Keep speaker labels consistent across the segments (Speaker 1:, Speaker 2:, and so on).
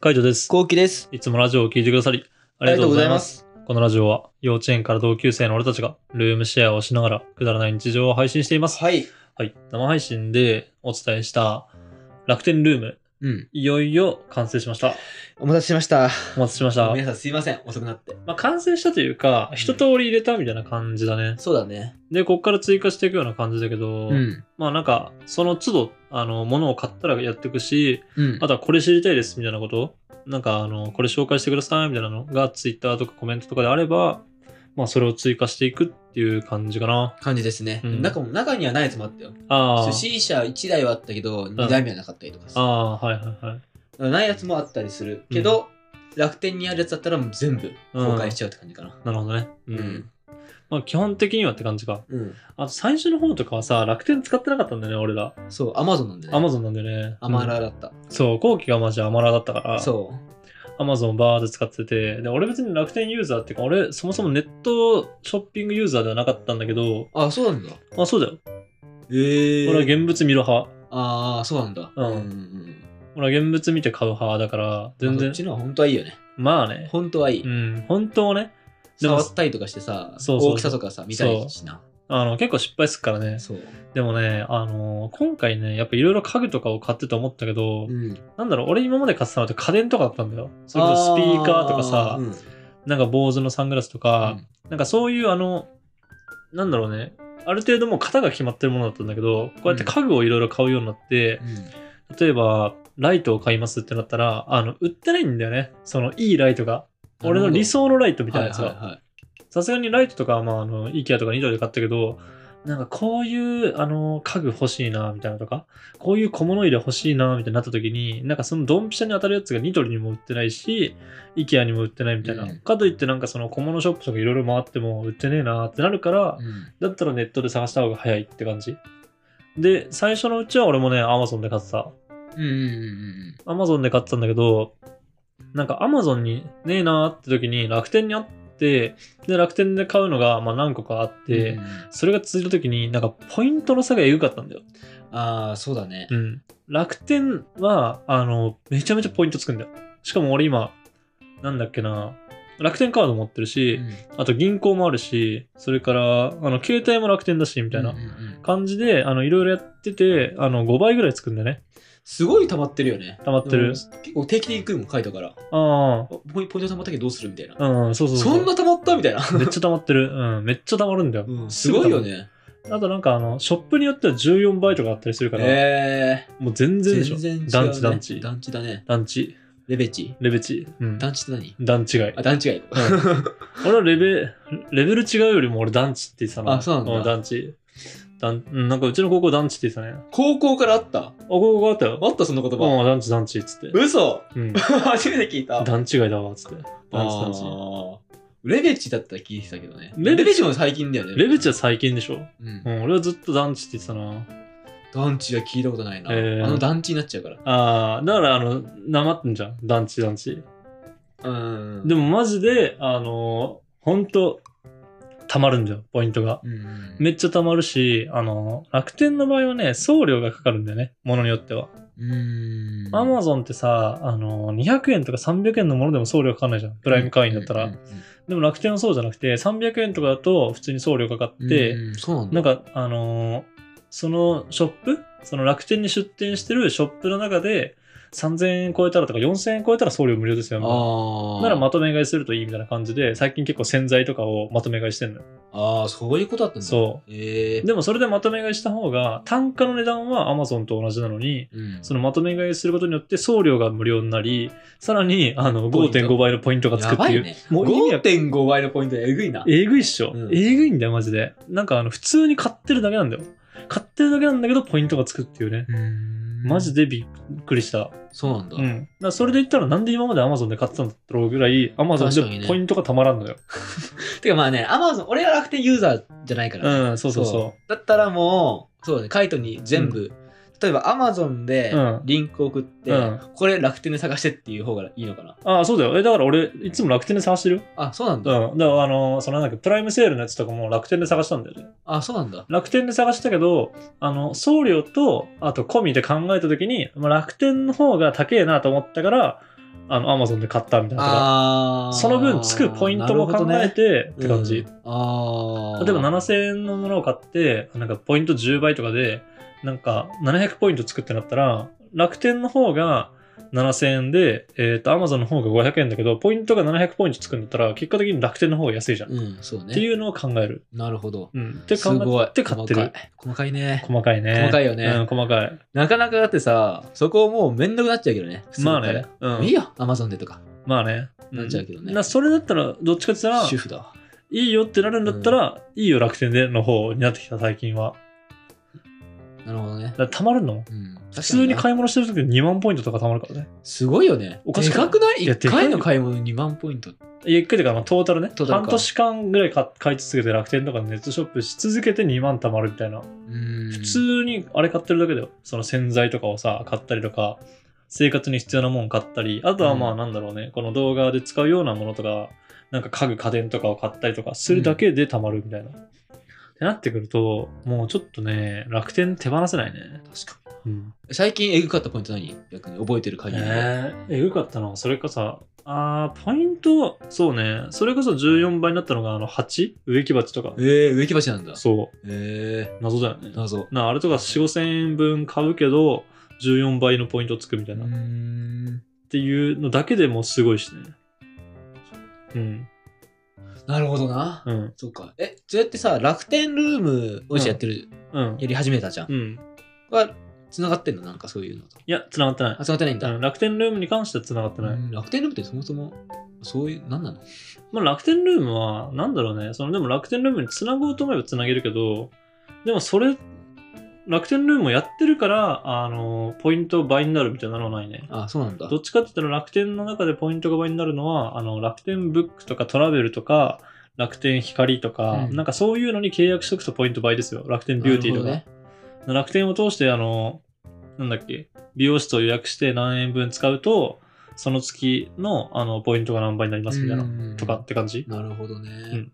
Speaker 1: 解除です。
Speaker 2: こうきです。
Speaker 1: いつもラジオを聞いてくださり、ありがとうございます。このラジオは、幼稚園から同級生の俺たちが、ルームシェアをしながら、くだらない日常を配信しています。
Speaker 2: はい。
Speaker 1: はい。生配信でお伝えした、楽天ルーム、
Speaker 2: うん。
Speaker 1: いよいよ完成しました。
Speaker 2: お待たせしました。
Speaker 1: お待たせしました。
Speaker 2: 皆さんすいません。遅くなって。
Speaker 1: まあ、完成したというか、
Speaker 2: うん
Speaker 1: 一通り入れたみたいな感じだね。
Speaker 2: そうだね。
Speaker 1: で、こっから追加していくような感じだけど、
Speaker 2: うん。
Speaker 1: まあなんか、その都度、あの、物を買ったらやっていくし、
Speaker 2: うん
Speaker 1: あ。とはこれ知りたいですみたいなこと、なんかあの、これ紹介してくださいみたいなのが、ツイッターとかコメントとかであれば、まあそれを追加していくっていう感じかな。
Speaker 2: 感じですね。
Speaker 1: うん
Speaker 2: 中も、中にはないやつもあったよ。
Speaker 1: ああ。
Speaker 2: 寿司車1台はあったけど、2台目はなかったりとか
Speaker 1: あ
Speaker 2: さ。
Speaker 1: あ、はいはいはい。
Speaker 2: ないやつもあったりするけど、楽天にあるやつだったらもう全部公開しちゃうって感じかな。
Speaker 1: なるほどね。う。。
Speaker 2: うん
Speaker 1: まあ基本的にはって感じか。
Speaker 2: うん。
Speaker 1: あと最初の方とかはさ、楽天使ってなかったんだよね、俺ら。
Speaker 2: そう、アマゾンなんでね。
Speaker 1: アマゾンなんだよね。
Speaker 2: アマ
Speaker 1: う
Speaker 2: ラ
Speaker 1: ん
Speaker 2: だった。
Speaker 1: そう、後期がマジアマラだったから。
Speaker 2: そ
Speaker 1: アマゾンバーで使ってて、で、俺別に楽天ユーザーっていうか、俺そもそもネットショッピングユーザーではなかったんだけど、
Speaker 2: う。あ、そうなんだ。
Speaker 1: あ、そうだよ。
Speaker 2: ええ
Speaker 1: 俺は現物見ろ派。
Speaker 2: ああ、そうなんだ。
Speaker 1: うん
Speaker 2: ん。
Speaker 1: 俺は現物見て買う派だから、全
Speaker 2: 全然。こ
Speaker 1: 然
Speaker 2: っ。ちの方が本当はいいよね。
Speaker 1: まあね。
Speaker 2: 本当はいい。
Speaker 1: うん、本当はね。でも
Speaker 2: 触ったりとかしてさ、
Speaker 1: そうそう
Speaker 2: 大きさとかさ、見たりしな。
Speaker 1: あの、結構失敗するからね。
Speaker 2: そう。
Speaker 1: でもね、あの今回ね、やっぱいろいろ家具とかを買ってて思ったけど、
Speaker 2: うん。
Speaker 1: なんだろう、俺今まで買ってたのって家電とかだったんだよ。それこそスピーカーとかさ、
Speaker 2: あー
Speaker 1: なんか坊主のサングラスとか、なんかそういうあの、なんだろうね、ある程度もう型が決まってるものだったんだけど、こうやって家具をいろいろ買うようになって、
Speaker 2: うんうん
Speaker 1: 例えば、ライトを買いますってなったら、あの、売ってないんだよね。その、いいライトが。俺の理想のライトみたいなやつ
Speaker 2: は
Speaker 1: が。
Speaker 2: いはいはい
Speaker 1: さすがにライトとかは、まあ、あの、IKEA とかニトリで買ったけど、なんかこういう、あの、家具欲しいな、みたいなとか、こういう小物入れ欲しいな、みたいになった時に、なんかそのドンピシャに当たるやつがニトリにも売ってないし、IKEA にも売ってないみたいな。
Speaker 2: うん
Speaker 1: かといってなんかその小物ショップとかいろいろ回っても売ってねえなってなるから、
Speaker 2: うん
Speaker 1: だったらネットで探した方が早いって感じ。で、最初のうちは俺もね、Amazon で買ってた。
Speaker 2: うんうん
Speaker 1: アマゾンで買ってたんだけど、なんかアマゾンにねえなーって時に楽天にあって、で、楽天で買うのがまあ何個かあっ
Speaker 2: うんうん
Speaker 1: て、
Speaker 2: うん
Speaker 1: それが続いた時になんかポイントの差がエグかったんだよ。
Speaker 2: ああ、そうだね
Speaker 1: う。ん。楽天は、あの、めちゃめちゃポイントつくんだよ。しかも俺今、なんだっけな、楽天カード持ってるし、
Speaker 2: み
Speaker 1: あと銀行もあるし、それから、あの、携帯も楽天だし、みたいな感じで、あの、いろいろやってて、あの、5倍ぐらいつくんだよね。
Speaker 2: すごい溜まってるよね。
Speaker 1: 溜まってる
Speaker 2: うん結構定期的に来るもん、書いたから。
Speaker 1: あ
Speaker 2: ポポイント溜まったけどどうするみたいな。
Speaker 1: あ、うん、そうそうう
Speaker 2: そんな溜まったみたいな。
Speaker 1: めっちゃ溜まってる。うん、めっちゃ溜まるんだよ。
Speaker 2: うんすごいよ
Speaker 1: す
Speaker 2: ね。
Speaker 1: ぐ溜まる。あとなんかあの、ショップによっては14倍とかあったりするから、
Speaker 2: え
Speaker 1: もう全
Speaker 2: ー
Speaker 1: 然でしょ。
Speaker 2: 全然違うね。
Speaker 1: 団地団地。
Speaker 2: 団地だね。
Speaker 1: 団地。
Speaker 2: レベチ。
Speaker 1: レベチ。うん。
Speaker 2: 団地って何
Speaker 1: 団違い。
Speaker 2: あ、団地がいい。
Speaker 1: 俺はレベ、レベル違うよりも俺団地って言ってたな。
Speaker 2: あそうなんだ
Speaker 1: 団地。団うん、なんかうちの高校団地って言ってたね。あ、
Speaker 2: 高校からあった
Speaker 1: 高校あったよ。
Speaker 2: あったその言葉。
Speaker 1: うん、団地団地っつって。
Speaker 2: 嘘
Speaker 1: うん。
Speaker 2: 初めて聞いた。
Speaker 1: 団違いだわ、っつって。団地団地。
Speaker 2: あーレベチだったら聞いてたけどね。
Speaker 1: レベチ
Speaker 2: レベチも最近だよね。
Speaker 1: レベチは最近でしょ。
Speaker 2: うん
Speaker 1: う。ん、俺はずっと団地って言ってたな。
Speaker 2: 団地は聞いたことないな。
Speaker 1: えー
Speaker 2: あの団地になっちゃうから。
Speaker 1: ああ、だからあの、なまってんじゃん。団地団地。
Speaker 2: うん。
Speaker 1: で
Speaker 2: も、
Speaker 1: もマジで、あのー、ほんと、溜まるんだよ、ポイントが。
Speaker 2: うん、
Speaker 1: めっちゃ溜まるし、あのー、楽天の場合はね、送料がかかるんだよね、ものによっては。
Speaker 2: うん。
Speaker 1: アマゾンってさ、あのー、200円とか300円のものでも送料かかんないじゃん、プライム会員だったら。
Speaker 2: うんうん
Speaker 1: でも楽天はそうじゃなくて、300円とかだと普通に送料かか
Speaker 2: う
Speaker 1: っ
Speaker 2: ん
Speaker 1: て、
Speaker 2: うんそうなんだ。
Speaker 1: なんか、あのーそのショップ、その楽天に出店してるショップの中で、3000円超えたらとか4000円超えたら送料無料ですよ、みたいな
Speaker 2: ああ。
Speaker 1: ならまとめ買いするといいみたいな感じで、最近結構洗剤とかをまとめ買いしてんのよ。
Speaker 2: ああ、そういうことだったんだ。
Speaker 1: そ
Speaker 2: ええ
Speaker 1: う。でもそれでまとめ買いした方が、単価の値段は Amazon と同じなのに、
Speaker 2: うん。
Speaker 1: そのまとめ買いすることによって送料が無料になり、さらにあの
Speaker 2: ポイント
Speaker 1: 5.5倍のポイントがつく
Speaker 2: や
Speaker 1: っ
Speaker 2: ば
Speaker 1: てい。
Speaker 2: いうね。
Speaker 1: もう意味わ
Speaker 2: 5.5倍のポイントでえぐいな。
Speaker 1: えぐいっしょ。
Speaker 2: うん
Speaker 1: えぐいんだよ、マジで。なんかあの、普通に買ってるだけなんだよ。買ってるだけなんだけど、ポイントがつくっていうね。マジ
Speaker 2: で
Speaker 1: でびっくりした。
Speaker 2: そうなんだ。
Speaker 1: うん。だからそれで言ったら、なんで今まで Amazon で買ってたんだろうぐらい、
Speaker 2: 確か
Speaker 1: Amazon
Speaker 2: に
Speaker 1: で
Speaker 2: ね
Speaker 1: ポイントがたまらんのよ。
Speaker 2: てかまあね、アマゾン、俺は楽天ユーザーじゃないからね、
Speaker 1: うん、そうそうそ
Speaker 2: だったらもう、そうだね、カイトに全部、例えばアマゾンで
Speaker 1: うん
Speaker 2: リンクを送って、
Speaker 1: うん
Speaker 2: これ楽天で探してっていう方がいいのかな。
Speaker 1: う。ああ、そうだよ。え、だから俺、いつも楽天で探してるよ。
Speaker 2: あ、そうなんだ。
Speaker 1: うん。だから、あの、そのなんだっけ、プライムセールのやつとかも楽天で探したんだよね。
Speaker 2: あ、そうなんだ。
Speaker 1: 楽天で探したけど、あの、送料と、あと込みで考えたときに、まあ、楽天の方が高えなと思ったから、あの、アマゾンで買ったみたいなとか、
Speaker 2: あー
Speaker 1: その分つくポイントも考
Speaker 2: な
Speaker 1: え
Speaker 2: るほ
Speaker 1: てっ
Speaker 2: ど
Speaker 1: て
Speaker 2: ね
Speaker 1: 感じ。
Speaker 2: うんああ。
Speaker 1: 例えば7000円のものを買って、なんかポイント10倍とかで、なんか700ポイントつくってなったら、楽天の方が7000円で、えっ、と、Amazon の方が500円だけど、ポイントが700ポイントつくんだったら、結果的に楽天の方が安いじゃん。っ
Speaker 2: うん、そう
Speaker 1: て
Speaker 2: ね。
Speaker 1: いうのを考える。
Speaker 2: なるほど。
Speaker 1: うん。って
Speaker 2: すご
Speaker 1: 考
Speaker 2: い
Speaker 1: え。て買って
Speaker 2: 細
Speaker 1: る。
Speaker 2: かい細かいね。
Speaker 1: 細かいね。
Speaker 2: 細かいよね
Speaker 1: うん、細かい。
Speaker 2: なかなかだってさ、そこもうめんどくなっちゃうけどね。普通
Speaker 1: まあ
Speaker 2: だったら
Speaker 1: ね。。う
Speaker 2: いい
Speaker 1: ん。
Speaker 2: よ、アマゾンでとか。
Speaker 1: まあね。
Speaker 2: なっちゃうけどね
Speaker 1: んなそれだったら、どっちかって言ったら、
Speaker 2: 主婦だわ。
Speaker 1: いいよってなるんだったら、いいよ楽天での方になってきた、最近は。
Speaker 2: なるほどね
Speaker 1: だ。からたまるの
Speaker 2: うん、
Speaker 1: 普通に
Speaker 2: 確か
Speaker 1: 買い物してる時に2万ポイントとかたまるからね。
Speaker 2: なすごいよね。
Speaker 1: おかし
Speaker 2: で
Speaker 1: くない
Speaker 2: かくない
Speaker 1: いや
Speaker 2: ?1
Speaker 1: でかい
Speaker 2: 回
Speaker 1: よ
Speaker 2: の買い物2万ポイント。
Speaker 1: ゆっくりだから、まあトータルね。
Speaker 2: トータルか
Speaker 1: 半年間ぐらいか買い続けて楽天とかネットショップし続けて2万貯まるみたいな。
Speaker 2: 普
Speaker 1: 普通にあれ買ってるだけだよ。その洗剤とかをさ、買ったりとか、生活に必要なもん買ったり、あとはまあ
Speaker 2: うん
Speaker 1: なんだろうね、この動画で使うようなものとか、なんか家具家電とかを買ったりとかするだけで貯まるみたいな。ってなってくると、もうちょっとね、楽天手放せないね。
Speaker 2: 確か
Speaker 1: うん。
Speaker 2: に。最近えぐかったポイント何逆に覚えてる限りで。
Speaker 1: えええぐかったな。それこそ、あーポイント、そうね。それこそ14倍になったのが、あの、8? 植木鉢とか
Speaker 2: え。ー、植木鉢なんだ。
Speaker 1: そ
Speaker 2: え
Speaker 1: う。謎だよね
Speaker 2: ー、。謎。
Speaker 1: な、あれとか4、5000円分買うけど、14倍のポイントつくみた
Speaker 2: う
Speaker 1: い
Speaker 2: ー
Speaker 1: な。っ
Speaker 2: ん。
Speaker 1: ていうのだけでもすごいしね。うん。
Speaker 2: なるほどな。
Speaker 1: うん。
Speaker 2: そうか。え、そうやってさ、楽天ルームをやってる、
Speaker 1: うん。
Speaker 2: やり始めたじゃん。
Speaker 1: うん。
Speaker 2: は、繋がってんのなんかそういうのと。
Speaker 1: いや、繋がってない
Speaker 2: あ、。繋がってないんだ。
Speaker 1: うん楽天ルームに関しては繋がってない。
Speaker 2: うん楽天ルームってそもそも、そういう、なんなの
Speaker 1: まあ、楽天ルームは、なんだろうね、そのでも楽天ルームにつなごうと思えばつなげるけど、でもそれ、楽天ルームをやってるから、あの、ポイント倍になるみたいなのはないね。
Speaker 2: あ、そうなんだ。
Speaker 1: どっちかって言ったら楽天の中でポイントが倍になるのは、あの、楽天ブックとかトラベルとか、楽天光とか、
Speaker 2: うん
Speaker 1: なんかそういうのに契約しとくとポイント倍ですよ。楽天ビューティーとか。
Speaker 2: なるほどね
Speaker 1: 楽天を通して、あの、なんだっけ、美容室を予約して何円分使うと、その月の、あの、ポイントが何倍になりますみたいな、
Speaker 2: うん
Speaker 1: とかって感じ。
Speaker 2: なるほどね。
Speaker 1: ん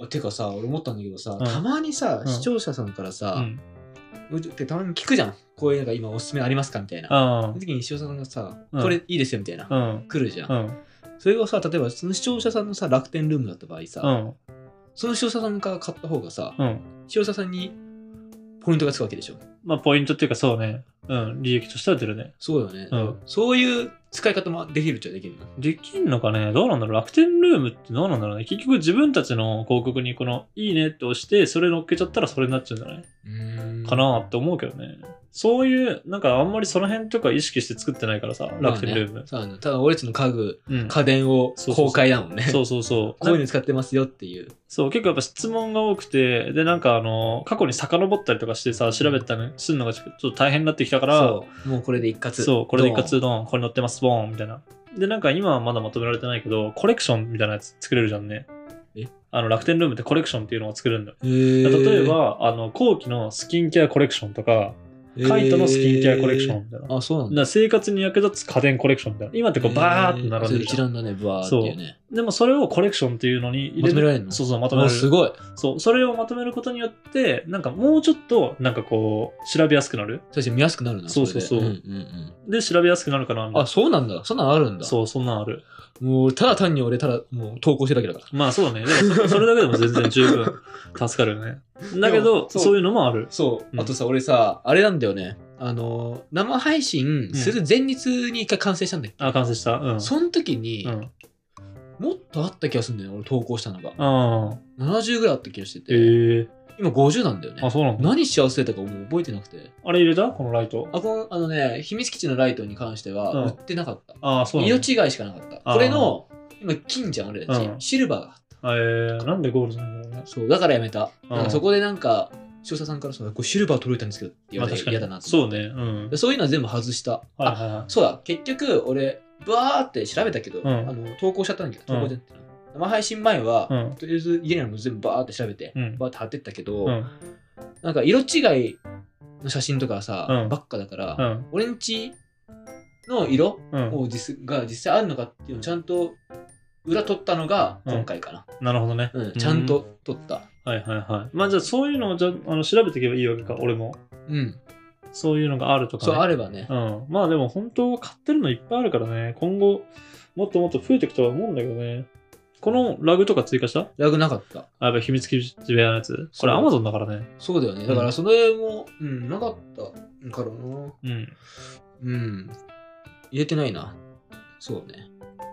Speaker 2: あてかさ、俺思ったんだけどさ、
Speaker 1: うん
Speaker 2: たまにさ、
Speaker 1: うん
Speaker 2: 視聴者さんから
Speaker 1: う
Speaker 2: さ、
Speaker 1: ん、
Speaker 2: うちってたまに聞くじゃん。こういうのが今おすすめありますかみたいな。
Speaker 1: あ
Speaker 2: その時に視聴者さんがさ、
Speaker 1: うん
Speaker 2: これいいですよみたいな。
Speaker 1: あ、うん、
Speaker 2: 来るじゃん,、
Speaker 1: うん、
Speaker 2: それをさ、例えばその視聴者さんのさ、楽天ルームだった場合さ、
Speaker 1: うん、
Speaker 2: その視聴者さんから買った方がさ、
Speaker 1: うん。
Speaker 2: 視聴者さんにポイントがつくわけでしょ。
Speaker 1: まあ、ポイントっていうか、そうね。うん、利益としては出るね。
Speaker 2: そうよね。
Speaker 1: うん
Speaker 2: そういう使い方もできるっちゃできるの。
Speaker 1: できんのかねどうなんだろう楽天ルームってどうなんだろうね結局自分たちの広告にこの、いいねって押して、それ乗っけちゃったらそれになっちゃうんじゃないかなって思うけどね。そういう、なんかあんまりその辺とか意識して作ってないからさ、楽天ルーム。
Speaker 2: そうね、そうただ俺たちの家具、
Speaker 1: うん。
Speaker 2: 家電を
Speaker 1: そうそうそう
Speaker 2: 公開だもんね。
Speaker 1: そうそうそう。
Speaker 2: こういうの使ってますよっていう。
Speaker 1: そう、結構やっぱ質問が多くて、で、なんかあの、過去に遡ったりとかしてさ、調べたりするのがちょっと大変になってきたから、
Speaker 2: そうもうこれで一括。
Speaker 1: そう、これで一括
Speaker 2: ドーン。
Speaker 1: ドン、これ乗ってます、ボーンみたいな。で、なんか今はまだまとめられてないけど、コレクションみたいなやつ作れるじゃんね。
Speaker 2: え
Speaker 1: あの楽天ルームってコレクションっていうのを作るんだよ。
Speaker 2: へー
Speaker 1: 例え、ば、あの、後期のスキンケアコレクションとか、
Speaker 2: へー
Speaker 1: カイトのスキンケアコレクション。みたいな。だか
Speaker 2: あ、そうなんだ。
Speaker 1: ら生活に役立つ家電コレクションみたいな。今ってこうバーって並んでる
Speaker 2: 一
Speaker 1: じゃん。
Speaker 2: 覧だね、バーっていうね。
Speaker 1: でもそれをコレクションっていうのに入
Speaker 2: まとめられるの
Speaker 1: そうそう、まとめ
Speaker 2: あ
Speaker 1: られ
Speaker 2: す
Speaker 1: る。
Speaker 2: ごい。
Speaker 1: そう、それをまとめることによって、なんかもうちょっと、なんかこう、調べやすくなる。
Speaker 2: 確かに見やすくなるな。
Speaker 1: そうそうそう
Speaker 2: れでんうん
Speaker 1: で、調べやすくなるかな、み
Speaker 2: うん
Speaker 1: たい
Speaker 2: あ、そうなんだ。そんなんあるん
Speaker 1: な。
Speaker 2: だ。
Speaker 1: そう、そんなんある。
Speaker 2: もう、ただ単に俺、ただ、もう、投稿してるだけだから。
Speaker 1: まあそうね。でもそ それだけでも全然十分助かるよね。だけ
Speaker 2: で
Speaker 1: ど、
Speaker 2: も
Speaker 1: そ
Speaker 2: そう
Speaker 1: ういうのもある。
Speaker 2: そうう。
Speaker 1: ん
Speaker 2: あとさ、俺さ、あれなんだよね。あの、生配信する前日に一回完成したんだよ。
Speaker 1: あ、完成した。うん。
Speaker 2: その時に
Speaker 1: う、ん。
Speaker 2: もっとあった気がするんだよね、俺投稿したのが。
Speaker 1: ああ。
Speaker 2: 70ぐらいあった気がして
Speaker 1: ええ
Speaker 2: て、今50なんだよね
Speaker 1: あ、。そうなんだ。
Speaker 2: 何し忘れたかもう覚えてなくて。
Speaker 1: あれ入れたこのライト。
Speaker 2: あ、この、あのね、秘密基地のライトに関して
Speaker 1: うん
Speaker 2: は売ってなかった。
Speaker 1: ああ、そうなん
Speaker 2: 色
Speaker 1: だ。
Speaker 2: 違いしかなかった。これの、今金じゃん、俺たち。
Speaker 1: うん
Speaker 2: シルバーがあった。
Speaker 1: あえー、なんでゴールドなんだろうね。
Speaker 2: そう、だからやめた。
Speaker 1: ん
Speaker 2: なんかそこでなんか、少佐さんからその、これシルバー取れたんですけどって言
Speaker 1: まあ
Speaker 2: われ
Speaker 1: 確
Speaker 2: た
Speaker 1: から
Speaker 2: 嫌だ
Speaker 1: に。
Speaker 2: なと
Speaker 1: そ
Speaker 2: 思
Speaker 1: う
Speaker 2: って
Speaker 1: ね。うん
Speaker 2: で。そういうのは全部外した。
Speaker 1: はい
Speaker 2: あ、
Speaker 1: はいはい。
Speaker 2: そうだ、結局俺、ブワーって調べたけど、
Speaker 1: うん
Speaker 2: あの投稿しちゃったんだけど、投稿じゃなくて生配信前は、
Speaker 1: うん
Speaker 2: とりあえず家にあるもの全部バーって調べて、
Speaker 1: うん
Speaker 2: バーって貼ってったけど、
Speaker 1: うん。
Speaker 2: なんか色違いの写真とかさ、
Speaker 1: うん
Speaker 2: ばっかだから、
Speaker 1: うん。
Speaker 2: 俺んちの色
Speaker 1: うん。
Speaker 2: を実が実際あるのかっていうのをちゃんと裏取ったのが今回かな、
Speaker 1: なるほどね。
Speaker 2: うんちゃんと取った
Speaker 1: うん。はいはいはい。まあじゃあそういうのをじゃああの調べていけばいいわけか、俺も。
Speaker 2: うん
Speaker 1: そういうのがあるとか、ね。
Speaker 2: そう、あればね
Speaker 1: う。ん。まあでも本当買ってるのいっぱいあるからね、今後もっともっと増えていくとは思うんだけどね。このラグとか追加した
Speaker 2: ラグなかった。
Speaker 1: あ、やっぱ秘密基地部屋のやつこれ
Speaker 2: そう
Speaker 1: Amazon だからね。
Speaker 2: そうだよね。だから、それも、うん、なかったからな。
Speaker 1: うん。
Speaker 2: うん。入れてないな。そうね。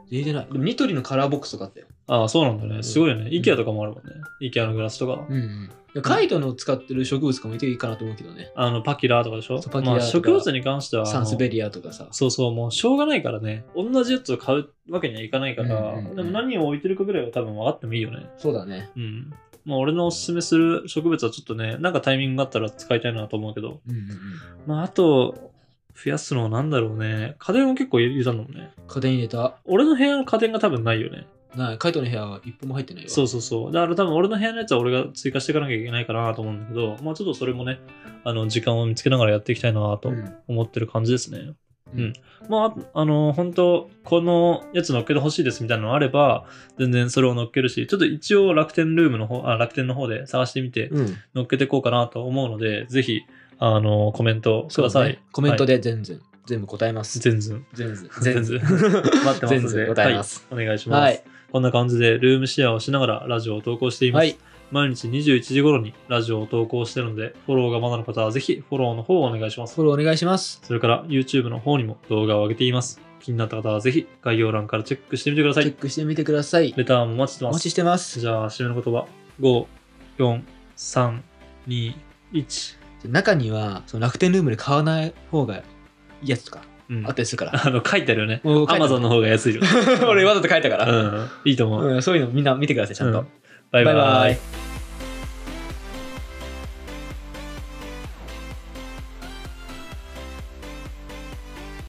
Speaker 2: 入れてない。でもニトリのカラーボックスとかあったよ。
Speaker 1: ああ、そうなんだね。すごいよね。IKEA とかもあるもんね。IKEA のグラスとか。
Speaker 2: うん、うん。カイトの使ってる植物とかもいていいかなと思うけどね。
Speaker 1: あの、パキラーとかでしょ
Speaker 2: そうパキラ
Speaker 1: まあ、
Speaker 2: ーとか
Speaker 1: 植物に関してはあの、
Speaker 2: サンスベリアとかさ。
Speaker 1: そうそう、もうしょうがないからね。同じやつを買うわけにはいかないから、
Speaker 2: うんうんうん
Speaker 1: でも何を置いてるかぐらいは多分分かってもいいよね。
Speaker 2: そうだね。
Speaker 1: うん。まあ、俺のおすすめする植物はちょっとね、なんかタイミングがあったら使いたいなと思うけど。
Speaker 2: うんうんうん。
Speaker 1: まあ、あと、増やすのはなんだろうね。家電を結構入れたんだもんね。
Speaker 2: 家電入れた。
Speaker 1: 俺の部屋の家電が多分ないよね。
Speaker 2: ない。カイトの部屋は一本も入ってないよ。
Speaker 1: そうそうそう。だから多分俺の部屋のやつは俺が追加していかなきゃいけないかなと思うんだけど、まあちょっとそれもね、あの、時間を見つけながらやっていきたいなと
Speaker 2: うん。
Speaker 1: 思ってる感じですね。
Speaker 2: うん
Speaker 1: うんまあ、あの、本当このやつ乗っけてほしいですみたいなのあれば、全然それを乗っけるし、ちょっと一応楽天ルームの方、あ楽天の方で探してみて、
Speaker 2: うん。
Speaker 1: 乗っけていこうかなと思うので、ぜひ、あの、コメントください。
Speaker 2: そうねコメントで全然、全部答えます。
Speaker 1: 全然。
Speaker 2: 全然。
Speaker 1: 全然。待ってます
Speaker 2: 全
Speaker 1: ので
Speaker 2: 然答えます。
Speaker 1: はい。お願いします。
Speaker 2: はい。
Speaker 1: こんな感じで、ルームシェアをしながらラジオを投稿しています。
Speaker 2: はい。
Speaker 1: 毎日21時頃にラジオを投稿してるので、フォローがまだの方はぜひフォローの方をお願いします。
Speaker 2: フォローお願いします。
Speaker 1: それから YouTube の方にも動画を上げています。気になった方はぜひ概要欄からチェックしてみてくださ
Speaker 2: チ
Speaker 1: い
Speaker 2: ェッ。クしてみてください。
Speaker 1: レターもお待ちして
Speaker 2: お
Speaker 1: ま
Speaker 2: 待
Speaker 1: す
Speaker 2: ち。してます。
Speaker 1: じゃあ、締めの言葉。5、4、3、2、1。
Speaker 2: 中には、その楽天ルームで買わない方がいいやつとか
Speaker 1: うん
Speaker 2: あったりするか ら。
Speaker 1: あの、書いてあるよね。
Speaker 2: もう書いてある
Speaker 1: Amazon の方が安いよ。
Speaker 2: 俺わざと書いたか
Speaker 1: う
Speaker 2: ら。
Speaker 1: ん。いいと思う。
Speaker 2: うん、そういうのみんな見てください、ちゃんと。
Speaker 1: うんバイバイ。
Speaker 2: バイバイ